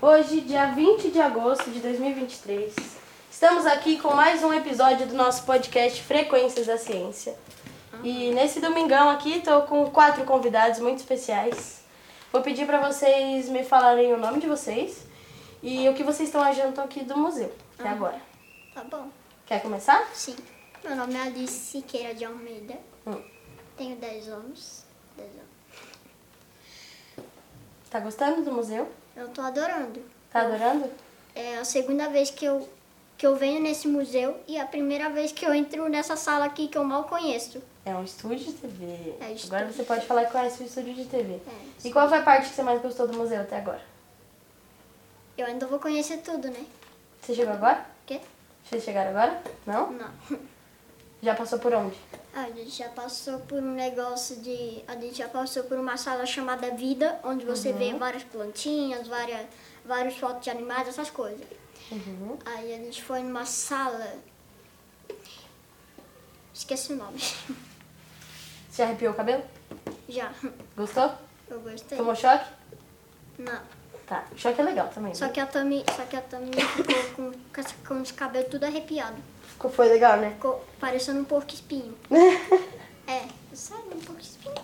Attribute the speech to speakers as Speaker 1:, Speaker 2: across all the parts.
Speaker 1: Hoje, dia 20 de agosto de 2023, estamos aqui com mais um episódio do nosso podcast Frequências da Ciência. E nesse domingão aqui estou com quatro convidados muito especiais. Vou pedir para vocês me falarem o nome de vocês e o que vocês estão achando aqui do museu até agora.
Speaker 2: Tá bom,
Speaker 1: Quer começar?
Speaker 2: sim. Meu nome é Alice Siqueira de Almeida.
Speaker 1: Hum.
Speaker 2: Tenho 10 anos. 10 anos.
Speaker 1: Tá gostando do museu?
Speaker 2: Eu tô adorando.
Speaker 1: Tá adorando?
Speaker 2: É a segunda vez que eu, que eu venho nesse museu e é a primeira vez que eu entro nessa sala aqui que eu mal conheço.
Speaker 1: É um estúdio de TV.
Speaker 2: É estúdio.
Speaker 1: Agora você pode falar que conhece o estúdio de TV.
Speaker 2: É,
Speaker 1: E qual foi a parte que você mais gostou do museu até agora?
Speaker 2: Eu ainda vou conhecer tudo, né?
Speaker 1: Você chegou agora?
Speaker 2: Quê?
Speaker 1: Vocês chegaram agora? Não?
Speaker 2: Não.
Speaker 1: Já passou por onde?
Speaker 2: A gente já passou por um negócio de. A gente já passou por uma sala chamada Vida, onde você vê várias plantinhas, várias, vários fotos de animais, essas coisas.
Speaker 1: Uhum.
Speaker 2: Aí a gente foi numa sala. Esqueci o nome.
Speaker 1: Você arrepiou o cabelo?
Speaker 2: Já.
Speaker 1: Gostou?
Speaker 2: Eu gostei.
Speaker 1: Tomou choque?
Speaker 2: Não.
Speaker 1: Tá. Choque é legal também.
Speaker 2: Só
Speaker 1: né?
Speaker 2: que a Tami, só que a Tami ficou com, com essa- com os cabelos tudo arrepiado.
Speaker 1: Ficou- Foi legal, né?
Speaker 2: Ficou parecendo um porco espinho. É, sabe um porco espinho?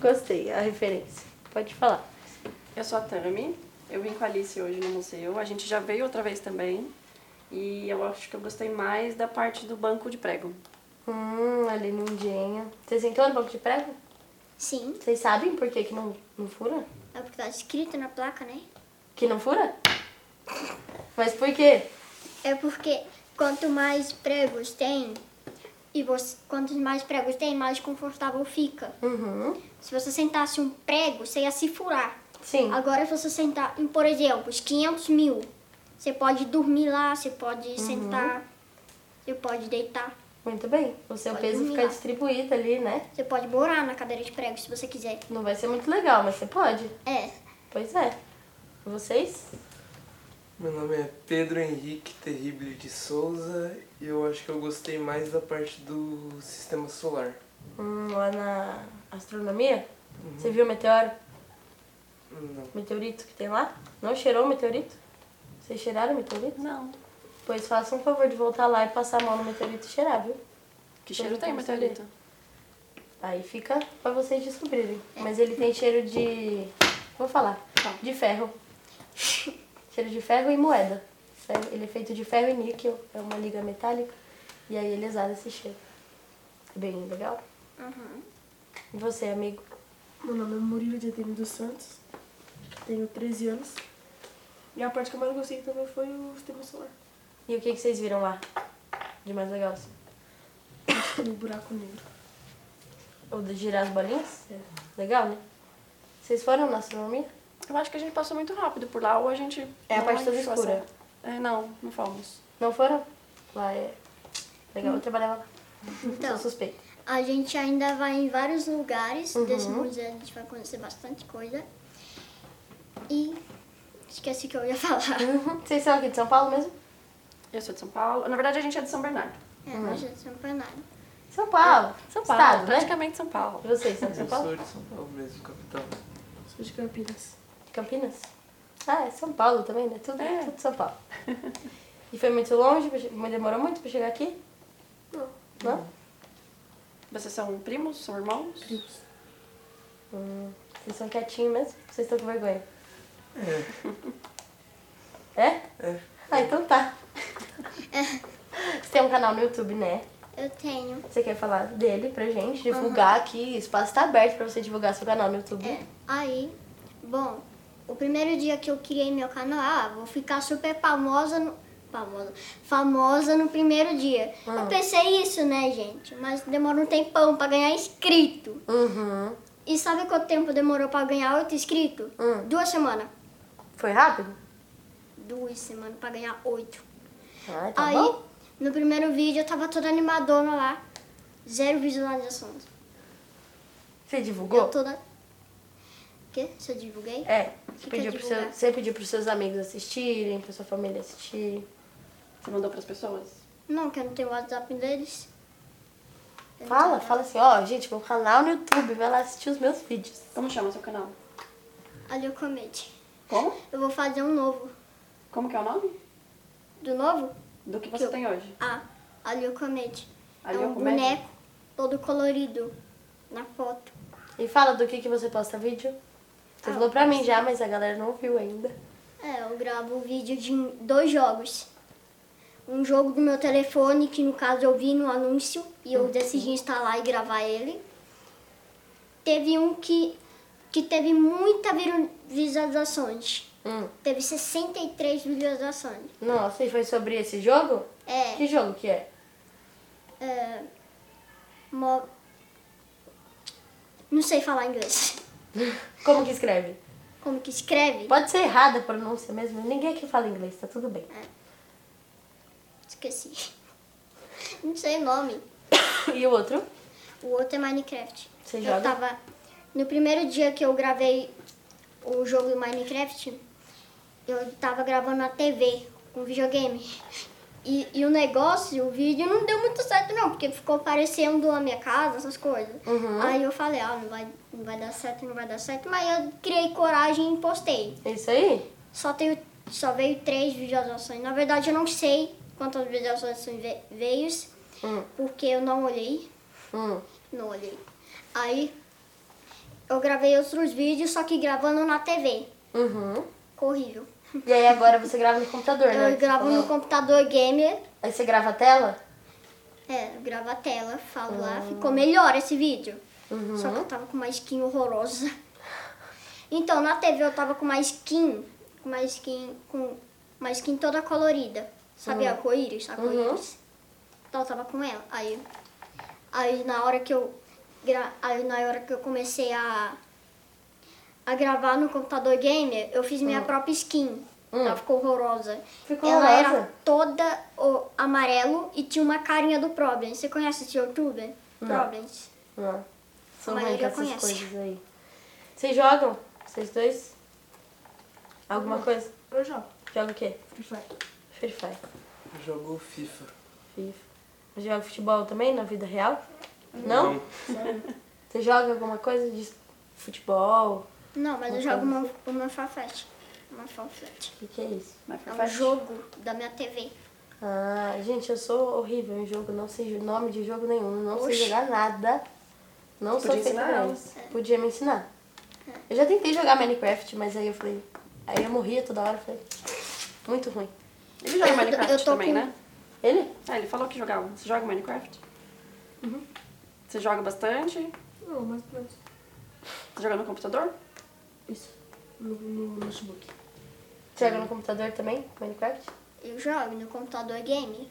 Speaker 1: Gostei, a referência. Pode falar.
Speaker 3: Eu sou a Tami, eu vim com a Alice hoje no museu, a gente já veio outra vez também e eu acho que eu gostei mais da parte do banco de prego.
Speaker 1: Hum, ali no engenho. Você sentou no banco de prego?
Speaker 2: Sim.
Speaker 1: Vocês sabem por que, que não, não fura?
Speaker 2: É porque tá escrito na placa, né?
Speaker 1: Que não fura? Mas por quê?
Speaker 2: É porque quanto mais pregos tem, e você, quantos mais pregos tem, mais confortável fica.
Speaker 1: Uhum.
Speaker 2: Se você sentasse um prego, você ia se furar.
Speaker 1: Sim.
Speaker 2: Agora, se você sentar em, por exemplo, os 500 mil, você pode dormir lá, você pode sentar, você pode deitar,
Speaker 1: Muito bem. O seu
Speaker 2: Pode
Speaker 1: peso fica
Speaker 2: mirar.
Speaker 1: distribuído ali, né?
Speaker 2: você pode morar na cadeira de prego se você quiser.
Speaker 1: Não vai ser muito legal, mas você pode.
Speaker 2: É,
Speaker 1: Pois é. Vocês?
Speaker 4: Meu nome é Pedro Henrique Terrible de Souza e eu acho que eu gostei mais da parte do sistema solar.
Speaker 1: Hum, lá na astronomia? Você viu o meteoro?
Speaker 4: Não.
Speaker 1: Meteorito que tem lá? Não cheirou o meteorito? Vocês cheiraram o meteorito?
Speaker 3: Não.
Speaker 1: Pois façam um favor de voltar lá e passar a mão no meteorito e cheirar, viu?
Speaker 3: Que cheiro tem,
Speaker 1: Eu quero
Speaker 3: meteorito?
Speaker 1: Aí fica pra vocês descobrirem. Mas ele tem cheiro de. Vou falar.
Speaker 3: Tá.
Speaker 1: De ferro. cheiro de ferro e moeda. Ferro- Ele é feito de ferro e níquel, é uma liga metálica. E aí ele exala esse cheiro. É bem legal. E você, amigo?
Speaker 5: Meu nome é Murilo de Ademir dos Santos, tenho 13 anos. E a parte que eu mais gostei também foi o sistema solar.
Speaker 1: E o que, que vocês viram lá? De mais legal? assim?
Speaker 5: Acho que no buraco negro.
Speaker 1: Ou de girar as bolinhas?
Speaker 5: É.
Speaker 1: Legal, né? Vocês foram na astronomia?
Speaker 3: Eu acho que a gente passou muito rápido por lá ou a gente.
Speaker 1: É a
Speaker 3: não
Speaker 1: parte toda
Speaker 3: achou
Speaker 1: escura.
Speaker 3: essa- É, não, não fomos.
Speaker 1: Não foram? Lá é. Legal,
Speaker 3: Hum.
Speaker 1: eu trabalhava lá.
Speaker 2: então,
Speaker 1: Sou suspeita.
Speaker 2: a gente ainda vai em vários lugares desse museu, a gente vai conhecer bastante coisa. E esqueci o que eu ia falar.
Speaker 1: Vocês são aqui de São Paulo mesmo?
Speaker 3: Eu sou de São Paulo. Na verdade, a gente é de São Bernardo.
Speaker 2: É, nós já estamos pra nada.
Speaker 1: São Paulo.
Speaker 3: São Paulo,
Speaker 1: Estado, né?
Speaker 3: praticamente São Paulo.
Speaker 1: E Vocês são de São
Speaker 4: Eu
Speaker 1: Paulo?
Speaker 4: sou de São Paulo mesmo, capital.
Speaker 5: Sou de Campinas.
Speaker 1: De Campinas? Ah, é São Paulo também, né? Tudo,
Speaker 3: É.
Speaker 1: tudo São Paulo. E foi muito longe? pra che- mas Demorou muito pra chegar aqui?
Speaker 5: Não.
Speaker 1: Não?
Speaker 3: Vocês são primos? São irmãos?
Speaker 5: Primos.
Speaker 1: Hum, vocês são quietinhos mesmo? Vocês estão com vergonha?
Speaker 4: É,
Speaker 1: É?
Speaker 4: é.
Speaker 1: Ah, então tá. Você tem um canal no YouTube, né?
Speaker 2: Eu tenho.
Speaker 1: Você quer falar dele pra gente? Divulgar aqui? O espaço tá aberto pra você divulgar seu canal no YouTube.
Speaker 2: Uhum. É, aí, bom, o primeiro dia que eu criei meu canal, ah, vou ficar super famosa no. Famosa, famosa no primeiro dia. Eu pensei isso, né, gente? Mas demora um tempão pra ganhar inscrito.
Speaker 1: Uhum.
Speaker 2: E sabe quanto tempo demorou pra ganhar oito inscritos?
Speaker 1: Hum.
Speaker 2: Duas semanas.
Speaker 1: Foi rápido?
Speaker 2: Duas semanas pra ganhar oito.
Speaker 1: Ah, tá
Speaker 2: aí,
Speaker 1: bom.
Speaker 2: no primeiro vídeo eu tava toda animadona lá. Zero visualizações.
Speaker 1: Você divulgou?
Speaker 2: Eu toda. O quê? Se eu divulguei?
Speaker 1: É,
Speaker 2: Fica
Speaker 1: pediu pro seu,
Speaker 2: divulgar.
Speaker 1: você pediu pros seus amigos assistirem, pra sua família assistir.
Speaker 3: Você mandou pras pessoas?
Speaker 2: Não, que eu não tenho o WhatsApp deles. Eu não
Speaker 1: Fala,
Speaker 2: tenho.
Speaker 1: fala assim, ó, gente, meu canal no YouTube, vai lá assistir os meus vídeos.
Speaker 3: Como chama o seu canal?
Speaker 2: Ali eu comete.
Speaker 3: Como?
Speaker 2: Eu vou fazer um novo.
Speaker 3: Como que é o nome?
Speaker 2: Do novo?
Speaker 3: Do que você
Speaker 2: Que-
Speaker 3: tem hoje?
Speaker 2: Ah, ali eu comete.
Speaker 3: Ali
Speaker 2: é
Speaker 3: eu
Speaker 2: um
Speaker 3: cometo?
Speaker 2: boneco todo colorido na foto.
Speaker 1: E fala do que, que você posta vídeo. Você
Speaker 2: Ah,
Speaker 1: falou pra mim já, mas a galera não viu ainda.
Speaker 2: É, eu gravo vídeo de dois jogos. Um jogo do meu telefone, que no caso eu vi no anúncio e eu decidi instalar e gravar ele. Teve um que, que teve muita viru- visualizações.
Speaker 1: Hum.
Speaker 2: Teve 63 visualizações.
Speaker 1: Nossa, e foi sobre esse jogo?
Speaker 2: É,
Speaker 1: Que jogo que é?
Speaker 2: é mo- Não sei falar inglês.
Speaker 1: Como que escreve?
Speaker 2: Como que escreve?
Speaker 1: Pode ser errada a pronúncia mesmo, ninguém aqui fala inglês, tá tudo bem.
Speaker 2: Esqueci. Não sei o nome.
Speaker 1: E o outro?
Speaker 2: O outro é Minecraft.
Speaker 1: Você
Speaker 2: eu
Speaker 1: joga?
Speaker 2: tava. No primeiro dia que eu gravei o jogo do Minecraft, eu tava gravando na TV, com videogame. E, e o negócio, o vídeo não deu muito certo não, porque ficou parecendo a minha casa, essas coisas.
Speaker 1: Uhum.
Speaker 2: Aí eu falei, ah, não vai, não vai dar certo, não vai dar certo, mas eu criei coragem e postei.
Speaker 1: É isso aí?
Speaker 2: Só, tenho, só veio três visualizações. Na verdade eu não sei quantas visualizações ve- veio,
Speaker 1: Hum,
Speaker 2: porque eu não olhei.
Speaker 1: hum.
Speaker 2: Não olhei. Aí eu gravei outros vídeos, só que gravando na TV.
Speaker 1: Uhum.
Speaker 2: Ficou Horrível.
Speaker 1: E aí agora você grava no computador, né?
Speaker 2: Eu gravo no computador gamer,
Speaker 1: Aí você grava a tela?
Speaker 2: é, eu gravo a tela, falo lá,
Speaker 1: Ah.
Speaker 2: ficou melhor esse vídeo.
Speaker 1: Uhum.
Speaker 2: Só que eu tava com uma skin horrorosa. Então, na TV eu tava com uma skin, com uma skin, com uma skin toda colorida. Sabe
Speaker 1: Uhum.
Speaker 2: arco-íris? Arco-íris. Então eu tava com ela. Aí, aí na hora que eu gra- aí na hora que eu comecei a a gravar no computador gamer, eu fiz minha própria skin. Ela ficou horrorosa.
Speaker 1: Uhum. Ficou
Speaker 2: ela
Speaker 1: horrorosa?
Speaker 2: era toda o amarelo e tinha uma carinha do Problem. Você conhece esse youtuber? Problems.
Speaker 1: Não. Sou ruim com
Speaker 2: A maioria
Speaker 1: essas
Speaker 2: conhece.
Speaker 1: coisas aí. Vocês jogam? Vocês dois? Alguma coisa?
Speaker 5: Eu jogo.
Speaker 1: Joga o quê?
Speaker 5: Free Fire.
Speaker 1: Free Fire.
Speaker 4: Eu jogo FIFA.
Speaker 1: FIFA. Você joga futebol também na vida real? Não? Você joga alguma coisa de futebol?
Speaker 2: Não, mas eu jogo uma, uma Farfetch. Uma Farfetch.
Speaker 1: O que, que é isso?
Speaker 3: Mas
Speaker 2: É
Speaker 3: foi
Speaker 2: um
Speaker 3: fácil.
Speaker 2: jogo da minha TV.
Speaker 1: Ah, gente, eu sou horrível em jogo, não sei nome de jogo nenhum, não
Speaker 2: Oxi.
Speaker 1: sei jogar nada. Não
Speaker 3: Podia
Speaker 1: sou feita
Speaker 3: ensinar
Speaker 1: pra
Speaker 3: elas. É.
Speaker 1: isso. Podia me ensinar. Eu já tentei jogar Minecraft, mas aí eu falei. Aí eu morria toda hora, eu falei. Muito ruim.
Speaker 3: Ele joga
Speaker 2: Eu
Speaker 3: Minecraft
Speaker 2: tô
Speaker 3: também,
Speaker 2: com-
Speaker 3: né?
Speaker 1: Ele?
Speaker 3: Ah, ele falou que jogava. Você joga Minecraft?
Speaker 2: Uhum.
Speaker 3: Você joga bastante?
Speaker 5: Não, mais ou menos.
Speaker 3: Você joga no computador?
Speaker 5: Isso. No, no notebook.
Speaker 1: Você joga no computador também? Minecraft?
Speaker 2: Eu Um jogo no computador game.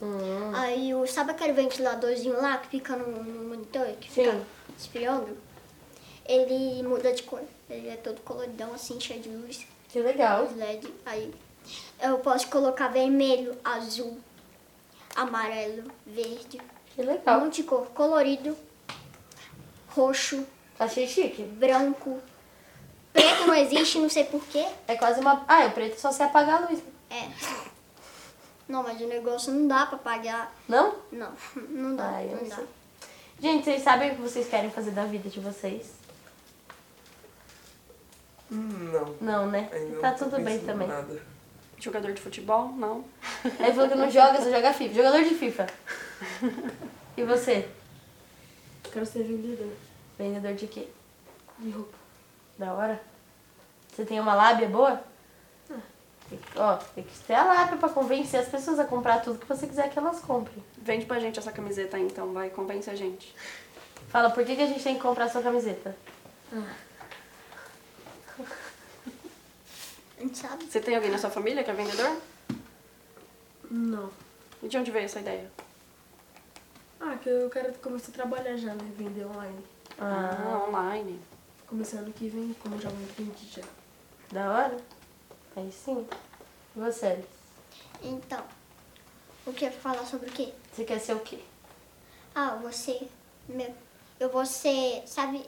Speaker 1: Hum.
Speaker 2: Aí, o, sabe aquele ventiladorzinho lá que fica no, no monitor? Que fica
Speaker 1: Sim.
Speaker 2: esfriando? Ele muda de cor. Ele é todo coloridão, assim, cheio de luz.
Speaker 1: Que legal.
Speaker 2: luz LED. Aí, eu posso colocar vermelho, azul, amarelo, verde.
Speaker 1: Que
Speaker 2: Um
Speaker 1: legal.
Speaker 2: monte de cor. Colorido, roxo,
Speaker 1: Achei chique.
Speaker 2: branco. Preto não existe, não sei porquê.
Speaker 1: É quase uma. Ah, é o preto é só se apagar a luz.
Speaker 2: É. Não, mas o negócio não dá pra pagar.
Speaker 1: Não?
Speaker 2: Não, não dá.
Speaker 1: Ah, eu
Speaker 2: não
Speaker 1: não
Speaker 2: dá.
Speaker 1: sei. Gente, vocês sabem o que vocês querem fazer da vida de vocês?
Speaker 4: Hum, Não.
Speaker 1: Não, né?
Speaker 4: Ainda
Speaker 1: tá
Speaker 4: não tô
Speaker 1: tudo bem
Speaker 4: pensando
Speaker 1: também.
Speaker 4: Nada.
Speaker 3: Jogador de futebol? Não.
Speaker 1: Aí falou que não joga, só joga FIFA. Jogador de FIFA. E você?
Speaker 5: Quero ser né? vendedor
Speaker 1: Vendedor de quê?
Speaker 5: de roupa.
Speaker 1: Da hora? Você tem uma lábia boa?
Speaker 5: Ah.
Speaker 1: Tem que- Ó, tem que ter a lábia pra convencer as pessoas a comprar tudo que você quiser que elas comprem.
Speaker 3: Vende pra gente essa camiseta aí, então, vai, convence a gente.
Speaker 1: Fala, por que, que a gente tem que comprar sua camiseta?
Speaker 2: A gente sabe.
Speaker 3: Você tem alguém na sua família que é vendedor?
Speaker 5: Não.
Speaker 3: E de onde veio essa ideia?
Speaker 5: Ah, que eu quero começar a trabalhar já, né? Vender online.
Speaker 1: Ah,
Speaker 3: online.
Speaker 5: Começando que vem, como já vendi já.
Speaker 1: da hora? Aí sim. E você, Alice?
Speaker 2: Então, o que eu ia falar sobre o quê?
Speaker 1: Você quer ser o quê?
Speaker 2: Ah, você. Meu, eu vou ser, sabe?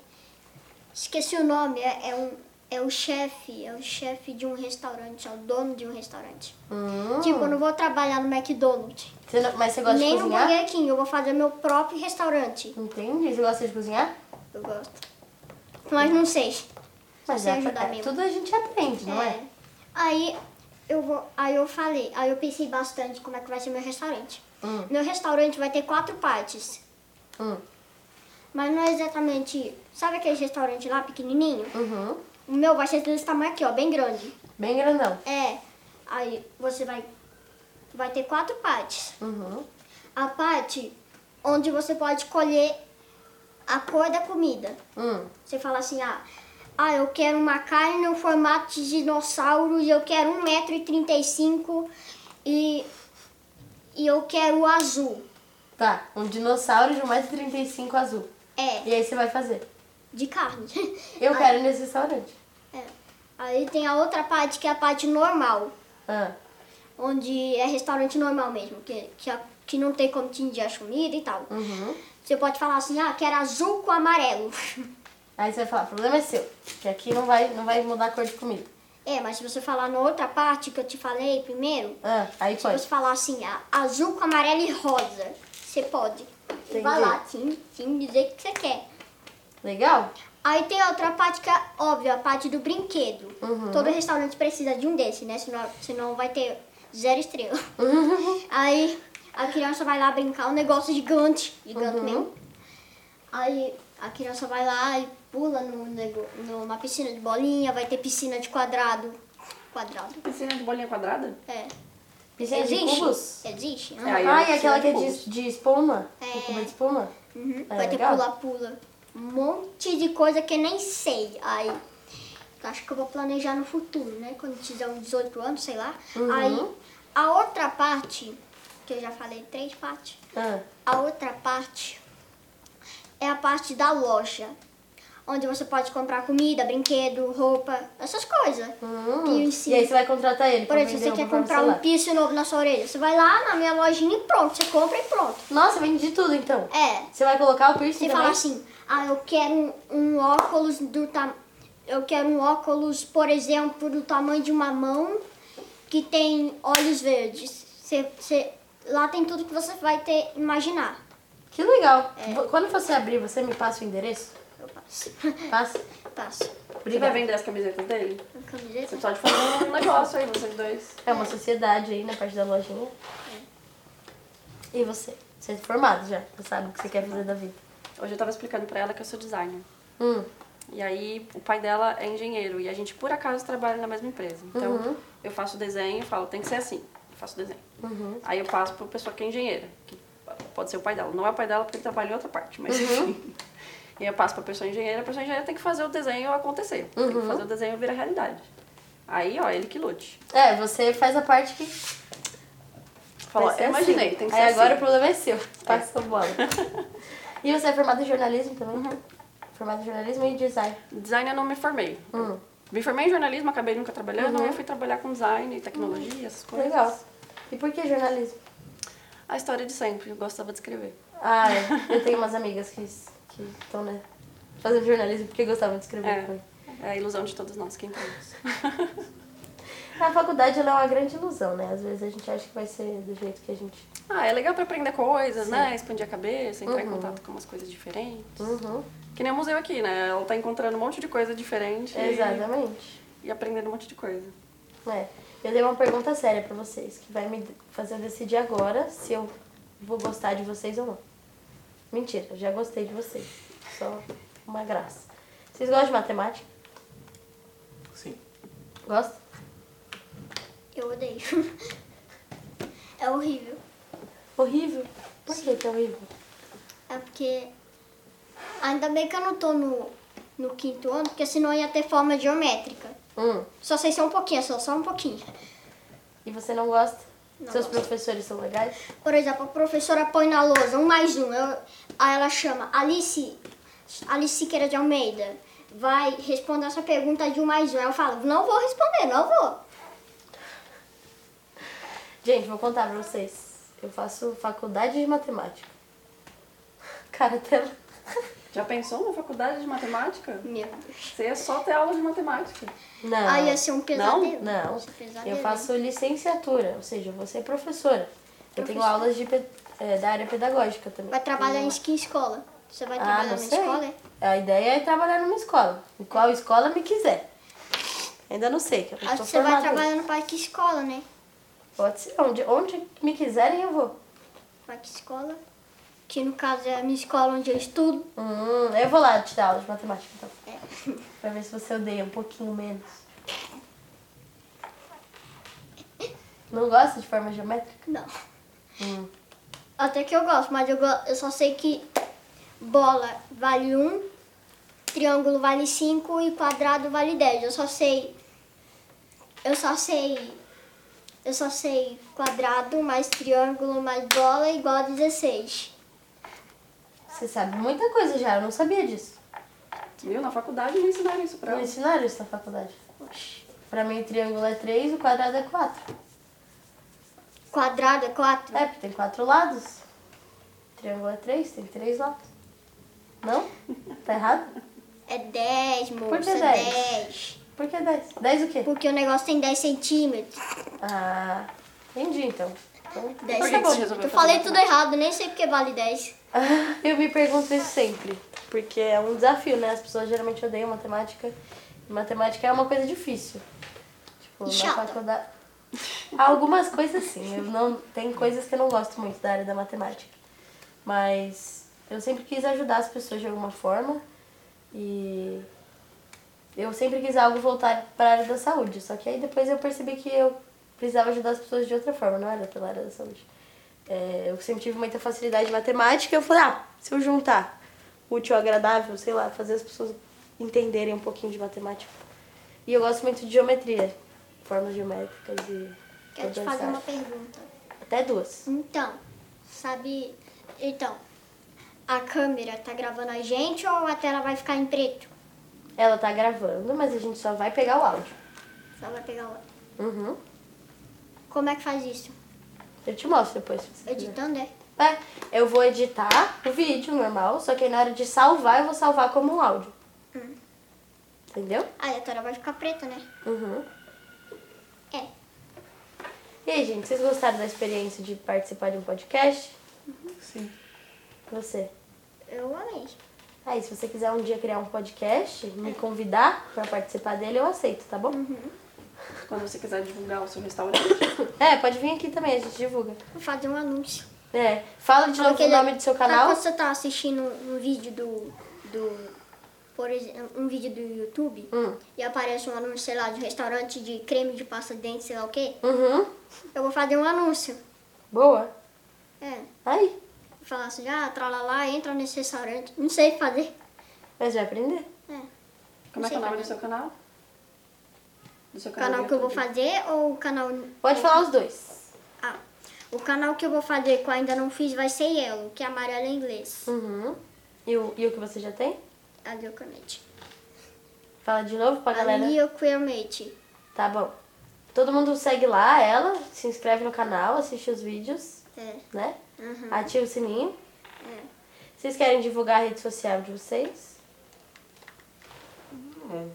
Speaker 2: Esqueci o nome, é, é um. é o chefe, é o chefe de um restaurante, é o dono de um restaurante. Tipo, eu não vou trabalhar no McDonald's,
Speaker 1: Você não- mas você Ah. gosta
Speaker 2: nem
Speaker 1: de
Speaker 2: no
Speaker 1: cozinhar?
Speaker 2: Burger King, eu vou fazer meu próprio restaurante.
Speaker 1: Entendi. Você gosta de cozinhar?
Speaker 2: Eu gosto. Mas não sei.
Speaker 1: Mas
Speaker 2: Você
Speaker 1: é-
Speaker 2: ajuda
Speaker 1: é-
Speaker 2: mesmo.
Speaker 1: tudo a gente aprende, não é?
Speaker 2: Aí eu vou, aí eu falei, aí eu pensei bastante como é que vai ser meu restaurante.
Speaker 1: Hum.
Speaker 2: Meu restaurante vai ter quatro partes,
Speaker 1: Hum.
Speaker 2: mas não é exatamente, sabe aquele restaurante lá pequenininho?
Speaker 1: Uhum.
Speaker 2: O meu vai ser desse tamanho aqui, ó, bem grande.
Speaker 1: Bem grandão.
Speaker 2: É. Aí você vai vai ter quatro partes.
Speaker 1: Uhum.
Speaker 2: A parte onde você pode escolher a cor da comida.
Speaker 1: Hum.
Speaker 2: Você fala assim, ah, ah, eu quero uma carne no formato de dinossauro e eu quero 1,35m e, e eu quero o azul.
Speaker 1: Tá. Um dinossauro de 1,35m azul.
Speaker 2: É,
Speaker 1: E aí você vai fazer.
Speaker 2: de carne.
Speaker 1: Eu quero ir nesse restaurante.
Speaker 2: É. Aí tem a outra parte que é a parte normal,
Speaker 1: Ah.
Speaker 2: onde é restaurante normal mesmo, que, que, a- que não tem como te indiar as comidas e tal.
Speaker 1: Uhum.
Speaker 2: Você pode falar assim, ah, quero azul com amarelo.
Speaker 1: Aí você vai falar, o problema é seu. Que aqui não vai, não vai mudar a cor de comida.
Speaker 2: É, mas se você falar na outra parte que eu te falei primeiro,
Speaker 1: Ah, aí
Speaker 2: Se você
Speaker 1: pode.
Speaker 2: falar assim, a- azul com amarelo e rosa, você pode.
Speaker 1: Entendi.
Speaker 2: Vai lá, sim, sim, dizer o que você quer.
Speaker 1: Legal?
Speaker 2: Aí tem outra parte que é óbvia, a parte do brinquedo.
Speaker 1: Uhum.
Speaker 2: Todo restaurante precisa de um desse, né? Senão, senão vai ter zero estrela.
Speaker 1: Uhum.
Speaker 2: Aí a criança vai lá brincar, um negócio gigante,
Speaker 1: Uhum.
Speaker 2: gigante mesmo. Aí a criança vai lá e pula no, nego- numa piscina de bolinha, vai ter piscina de quadrado. Quadrado,
Speaker 3: Piscina de bolinha quadrada?
Speaker 2: é.
Speaker 1: Piscina de cubos?
Speaker 2: Existe?
Speaker 3: É, aí é
Speaker 1: ah,
Speaker 3: uma
Speaker 1: e aquela
Speaker 3: piscina
Speaker 1: que é
Speaker 3: cubos.
Speaker 1: de, de espuma?
Speaker 2: É.
Speaker 1: Com cubo de espuma?
Speaker 2: Uhum.
Speaker 1: É
Speaker 2: Vai ter
Speaker 1: legal?
Speaker 2: pula-pula. Um monte de coisa que eu nem sei. Aí, acho que eu vou planejar no futuro, né? Quando tiver uns 18 anos, sei lá.
Speaker 1: Uhum.
Speaker 2: Aí, a outra parte, que eu já falei três partes.
Speaker 1: Ah,
Speaker 2: A outra parte é a parte da loja. Onde você pode comprar comida, brinquedo, roupa, essas coisas.
Speaker 1: hum.
Speaker 2: E o
Speaker 1: E
Speaker 2: ensino.
Speaker 1: aí você vai contratar ele
Speaker 2: um Por
Speaker 1: pra
Speaker 2: exemplo,
Speaker 1: vender
Speaker 2: você
Speaker 1: um
Speaker 2: quer
Speaker 1: conforme
Speaker 2: comprar
Speaker 1: sei
Speaker 2: um
Speaker 1: lá.
Speaker 2: piercing novo na sua orelha, você vai lá na minha lojinha e pronto, você compra e pronto.
Speaker 1: Nossa, vende de tudo então.
Speaker 2: É,
Speaker 1: Você vai colocar o piercing
Speaker 2: Você
Speaker 1: também?
Speaker 2: fala assim, ah, eu quero um, um óculos do tam... Eu quero um óculos, por exemplo, do tamanho de uma mão que tem olhos verdes. Você, você- Lá tem tudo que você vai ter imaginar.
Speaker 1: Que legal.
Speaker 3: É.
Speaker 1: Vo- Quando você abrir, você me passa o endereço?
Speaker 2: Eu passo.
Speaker 1: Passa.
Speaker 2: passo.
Speaker 3: Você vai
Speaker 1: Obrigada.
Speaker 3: vender as camisetas dele?
Speaker 2: A camiseta.
Speaker 3: Você pode fazer um negócio aí, vocês dois.
Speaker 1: É uma sociedade aí na parte da lojinha. E você? Você é formado já. Você sabe o que você quer fazer da vida.
Speaker 3: Hoje eu tava explicando pra ela que eu sou designer.
Speaker 1: Hum.
Speaker 3: E aí, o pai dela é engenheiro e a gente, por acaso, trabalha na mesma empresa. Então,
Speaker 1: Uhum.
Speaker 3: eu faço desenho e falo, tem que ser assim. Eu faço desenho.
Speaker 1: Uhum.
Speaker 3: Aí eu passo pra pessoa que é engenheira, que pode ser o pai dela. Não é o pai dela porque ele trabalha em outra parte, mas
Speaker 1: Uhum.
Speaker 3: enfim. E eu passo pra pessoa engenheira, a pessoa engenheira tem que fazer o desenho acontecer. Tem
Speaker 1: Uhum.
Speaker 3: que fazer o desenho virar realidade. Aí, ó, ele que lute.
Speaker 1: É, você faz a parte que.
Speaker 3: Falou,
Speaker 1: vai ser
Speaker 3: eu imaginei,
Speaker 1: assim.
Speaker 3: tem que ser
Speaker 1: Aí agora o
Speaker 3: assim.
Speaker 1: problema é seu. Passa a bola. e você é formado em jornalismo também?
Speaker 3: Uhum.
Speaker 1: Formado em jornalismo e design.
Speaker 3: Design eu não me formei.
Speaker 1: Hum.
Speaker 3: Me formei em jornalismo, acabei nunca trabalhando,
Speaker 1: Uhum.
Speaker 3: aí eu fui trabalhar com design, tecnologia, essas coisas.
Speaker 1: Legal. E por que jornalismo?
Speaker 3: A história de sempre, eu gostava de escrever.
Speaker 1: Ah, é. eu tenho umas amigas que que estão, né? Fazendo jornalismo porque gostavam de escrever
Speaker 3: É.
Speaker 1: também.
Speaker 3: É a ilusão de todos nós, quem temos.
Speaker 1: A faculdade ela é uma grande ilusão, né? Às vezes a gente acha que vai ser do jeito que a gente.
Speaker 3: Ah, é legal pra aprender coisas,
Speaker 1: Sim.
Speaker 3: né? Expandir a cabeça, entrar em
Speaker 1: Uhum.
Speaker 3: contato com umas coisas diferentes.
Speaker 1: Uhum.
Speaker 3: Que nem o museu aqui, né? Ela tá encontrando um monte de coisa diferente e-
Speaker 1: É, Exatamente.
Speaker 3: e aprendendo um monte de coisa.
Speaker 1: É. Eu tenho uma pergunta séria pra vocês, que vai me fazer eu decidir agora se eu vou gostar de vocês ou não. Mentira, eu já gostei de vocês. Só uma graça. Vocês gostam de matemática?
Speaker 4: Sim.
Speaker 1: Gostam?
Speaker 2: Eu odeio. é horrível.
Speaker 1: Horrível. Por que que é horrível?
Speaker 2: É porque. Ainda bem que eu não tô no, no quinto ano, porque senão ia ter forma geométrica.
Speaker 1: Hum.
Speaker 2: Só sei só um pouquinho, só, só um pouquinho.
Speaker 1: E você não gosta?
Speaker 2: Não
Speaker 1: Seus
Speaker 2: gosto.
Speaker 1: professores são legais?
Speaker 2: Por exemplo, a professora põe na lousa um mais um. eu- aí ela chama Alice, Alice Siqueira de Almeida. Vai responder essa pergunta de um mais um. Aí Eu falo, não vou responder, não vou.
Speaker 1: Gente, vou contar pra vocês. Eu faço faculdade de matemática. Cara, até.
Speaker 3: Já pensou numa faculdade de matemática?
Speaker 2: Meu Deus.
Speaker 3: Você ia só ter aula de matemática.
Speaker 1: Não.
Speaker 2: Aí ia ser um pesadelo.
Speaker 1: Não,
Speaker 2: Isso é pesadelo.
Speaker 1: eu faço licenciatura, ou seja, eu vou ser professora. Eu tenho
Speaker 2: Professora.
Speaker 1: aulas de, pe- é, da área pedagógica também. Ah,
Speaker 2: Vai trabalhar em que escola? Você vai trabalhar
Speaker 1: não
Speaker 2: na
Speaker 1: sei.
Speaker 2: escola? é?
Speaker 1: A ideia é trabalhar numa escola, em qual escola me quiser. Ainda não sei, que eu não
Speaker 2: Acho
Speaker 1: tô
Speaker 2: que você vai
Speaker 1: formada ainda.
Speaker 2: trabalhar no parque escola, né?
Speaker 1: Pode ser, onde, onde me quiserem eu vou.
Speaker 2: Parque escola. Que no caso é a minha escola onde eu estudo.
Speaker 1: Hum, eu vou lá te dar aula de matemática então.
Speaker 2: É.
Speaker 1: Pra ver se você odeia um pouquinho menos. Não gosta de forma geométrica?
Speaker 2: Não.
Speaker 1: Hum.
Speaker 2: Até que eu gosto, mas eu, go- eu só sei que bola vale 1, triângulo vale 5 e quadrado vale 10. Eu só sei. Eu só sei. Eu só sei quadrado mais triângulo mais bola é igual a 16.
Speaker 1: Você sabe muita coisa já, eu não sabia disso.
Speaker 3: Viu? Na faculdade me ensinaram isso pra
Speaker 1: Não
Speaker 3: mim.
Speaker 1: ensinaram isso na faculdade.
Speaker 2: Oxi.
Speaker 1: Pra mim o triângulo é 3 o quadrado é 4.
Speaker 2: Quadrado é 4?
Speaker 1: É, porque tem quatro lados. Triângulo é 3, tem três lados. Não? Tá errado?
Speaker 2: É 10,
Speaker 1: Por que
Speaker 2: moça, é
Speaker 1: 10?
Speaker 2: 10.
Speaker 1: Por que 10? 10 o quê?
Speaker 2: Porque o negócio tem 10 centímetros.
Speaker 1: Ah, entendi então. Então,
Speaker 2: 10
Speaker 3: que você
Speaker 2: centímetros.
Speaker 3: resolveu
Speaker 2: Eu
Speaker 3: fazer
Speaker 2: falei
Speaker 3: matemática?
Speaker 2: tudo errado, nem sei porque vale 10.
Speaker 1: Eu me pergunto isso sempre, porque é um desafio, né? As pessoas geralmente odeiam matemática. E matemática é uma coisa difícil. Tipo,
Speaker 2: E chata.
Speaker 1: na faculdade. Algumas coisas sim. Eu não, tem coisas que eu não gosto muito da área da matemática. Mas eu sempre quis ajudar as pessoas de alguma forma. E eu sempre quis algo voltar para a área da saúde. Só que aí depois eu percebi que eu precisava ajudar as pessoas de outra forma, não era pela área da saúde. É, eu sempre tive muita facilidade em matemática. Eu falei, ah, se eu juntar útil ao agradável, sei lá, fazer as pessoas entenderem um pouquinho de matemática. E eu gosto muito de geometria, formas geométricas e.
Speaker 2: Quero te
Speaker 1: toda
Speaker 2: fazer
Speaker 1: essa
Speaker 2: uma
Speaker 1: área.
Speaker 2: pergunta.
Speaker 1: Até duas.
Speaker 2: Então, sabe. Então, a câmera tá gravando a gente ou a tela vai ficar em preto?
Speaker 1: Ela tá gravando, mas a gente só vai pegar o áudio.
Speaker 2: Só vai pegar o.
Speaker 1: Uhum.
Speaker 2: Como é que faz isso?
Speaker 1: Eu te mostro depois. se você quiser.
Speaker 2: Editando, é?
Speaker 1: É, eu vou editar o vídeo normal, só que aí na hora de salvar, eu vou salvar como um áudio. Entendeu?
Speaker 2: Aí a tela vai ficar preta, né?
Speaker 1: Uhum.
Speaker 2: É.
Speaker 1: E aí, gente, vocês gostaram da experiência de participar de um podcast?
Speaker 4: Sim.
Speaker 1: Você.
Speaker 2: Eu amei.
Speaker 1: Aí, se você quiser um dia criar um podcast, me convidar pra participar dele, eu aceito, tá bom?
Speaker 3: Quando você quiser divulgar o seu restaurante.
Speaker 1: É, pode vir aqui também, a gente divulga.
Speaker 2: Vou fazer um anúncio.
Speaker 1: É, fala de novo o
Speaker 2: Aquele-
Speaker 1: nome do seu canal.
Speaker 2: Sabe quando você tá assistindo um vídeo do. do. Por exemplo, um vídeo do YouTube
Speaker 1: Hum.
Speaker 2: e aparece um anúncio, sei lá, de restaurante de creme de pasta de dente, sei lá o quê.
Speaker 1: Uhum.
Speaker 2: Eu vou fazer um anúncio.
Speaker 1: Boa.
Speaker 2: É.
Speaker 1: Aí,
Speaker 2: Vou falar assim, ah, tralalá, entra nesse restaurante. Não sei fazer.
Speaker 1: mas vai aprender.
Speaker 2: É.
Speaker 3: Como é que é o
Speaker 2: Não sei
Speaker 3: nome do
Speaker 2: fazer.
Speaker 3: seu canal? Do seu
Speaker 2: O canal
Speaker 3: do
Speaker 2: que eu vou
Speaker 3: YouTube.
Speaker 2: fazer ou o canal.
Speaker 1: Pode falar os dois.
Speaker 2: Ah, o canal que eu vou fazer que eu ainda não fiz vai ser Yellow, que é amarelo em inglês.
Speaker 1: Uhum. E o, e o que você já tem?
Speaker 2: Ali eu comete.
Speaker 1: Fala de novo pra galera.
Speaker 2: Ali eu comete.
Speaker 1: Tá bom. Todo mundo segue lá ela, se inscreve no canal, assiste os vídeos,
Speaker 2: É.
Speaker 1: né?
Speaker 2: Uhum.
Speaker 1: Ativa o sininho.
Speaker 2: É.
Speaker 1: Vocês querem divulgar a rede social de vocês?
Speaker 3: é.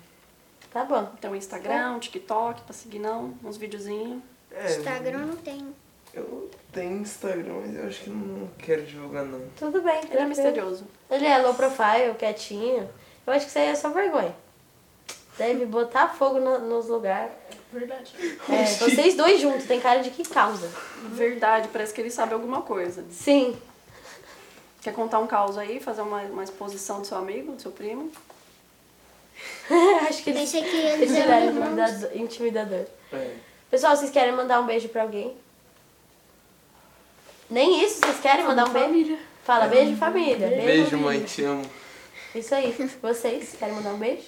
Speaker 1: Tá bom.
Speaker 3: Tem o Instagram, o TikTok, pra seguir não, uns videozinhos.
Speaker 4: É,
Speaker 2: Instagram não tem.
Speaker 4: Eu tenho Instagram, mas eu acho que não quero divulgar não.
Speaker 1: Tudo bem.
Speaker 3: Ele é
Speaker 1: tranquilo.
Speaker 3: misterioso.
Speaker 1: Ele é low profile, quietinho. Eu acho que isso aí é só vergonha. Deve botar fogo no- nos lugares.
Speaker 5: Verdade.
Speaker 1: É, vocês dois juntos, tem cara de que causa.
Speaker 3: Verdade, parece que ele sabe alguma coisa.
Speaker 1: Sim.
Speaker 3: Quer contar um caos aí, fazer uma, uma exposição do seu amigo, do seu primo?
Speaker 1: acho que eles,
Speaker 2: Pensei que eles
Speaker 1: eles viraram
Speaker 2: eram irmãos.
Speaker 1: intimidador, intimidador.
Speaker 4: É.
Speaker 1: Pessoal, vocês querem mandar um beijo pra alguém? Nem isso, vocês querem mandar um beijo?
Speaker 5: Família.
Speaker 1: Fala, beijo, família.
Speaker 4: Beijo, mãe, te amo.
Speaker 1: Isso aí. Vocês querem mandar um beijo?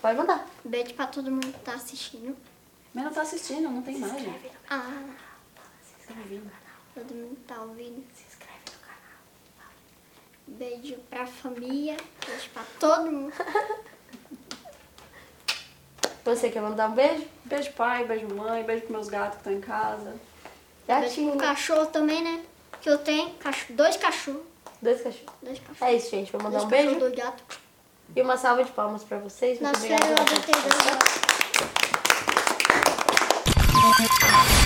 Speaker 1: Pode mandar.
Speaker 2: Beijo pra todo mundo que tá assistindo.
Speaker 3: Mas não tá assistindo, não tem imagem.
Speaker 2: Ah,
Speaker 3: Tá ouvindo.
Speaker 2: todo mundo que tá ouvindo. Se inscreve no canal. Beijo pra família. Beijo pra todo mundo.
Speaker 1: Você quer mandar um beijo?
Speaker 3: Beijo pai, beijo mãe, beijo pros meus gatos que estão em casa.
Speaker 2: Beijo pro
Speaker 1: Gatinho.
Speaker 2: cachorro também, né? Que eu tenho. cacho- Dois cachorros.
Speaker 1: Dois cachorros.
Speaker 2: Dois cachorros.
Speaker 1: É isso, gente. Vou mandar
Speaker 2: Dois
Speaker 1: um
Speaker 2: cachorros,
Speaker 1: beijo
Speaker 2: dois gatos.
Speaker 1: e uma salva de palmas pra vocês. Muito
Speaker 2: Nossa, eu
Speaker 1: obrigada. pela
Speaker 2: adotei dois gatos.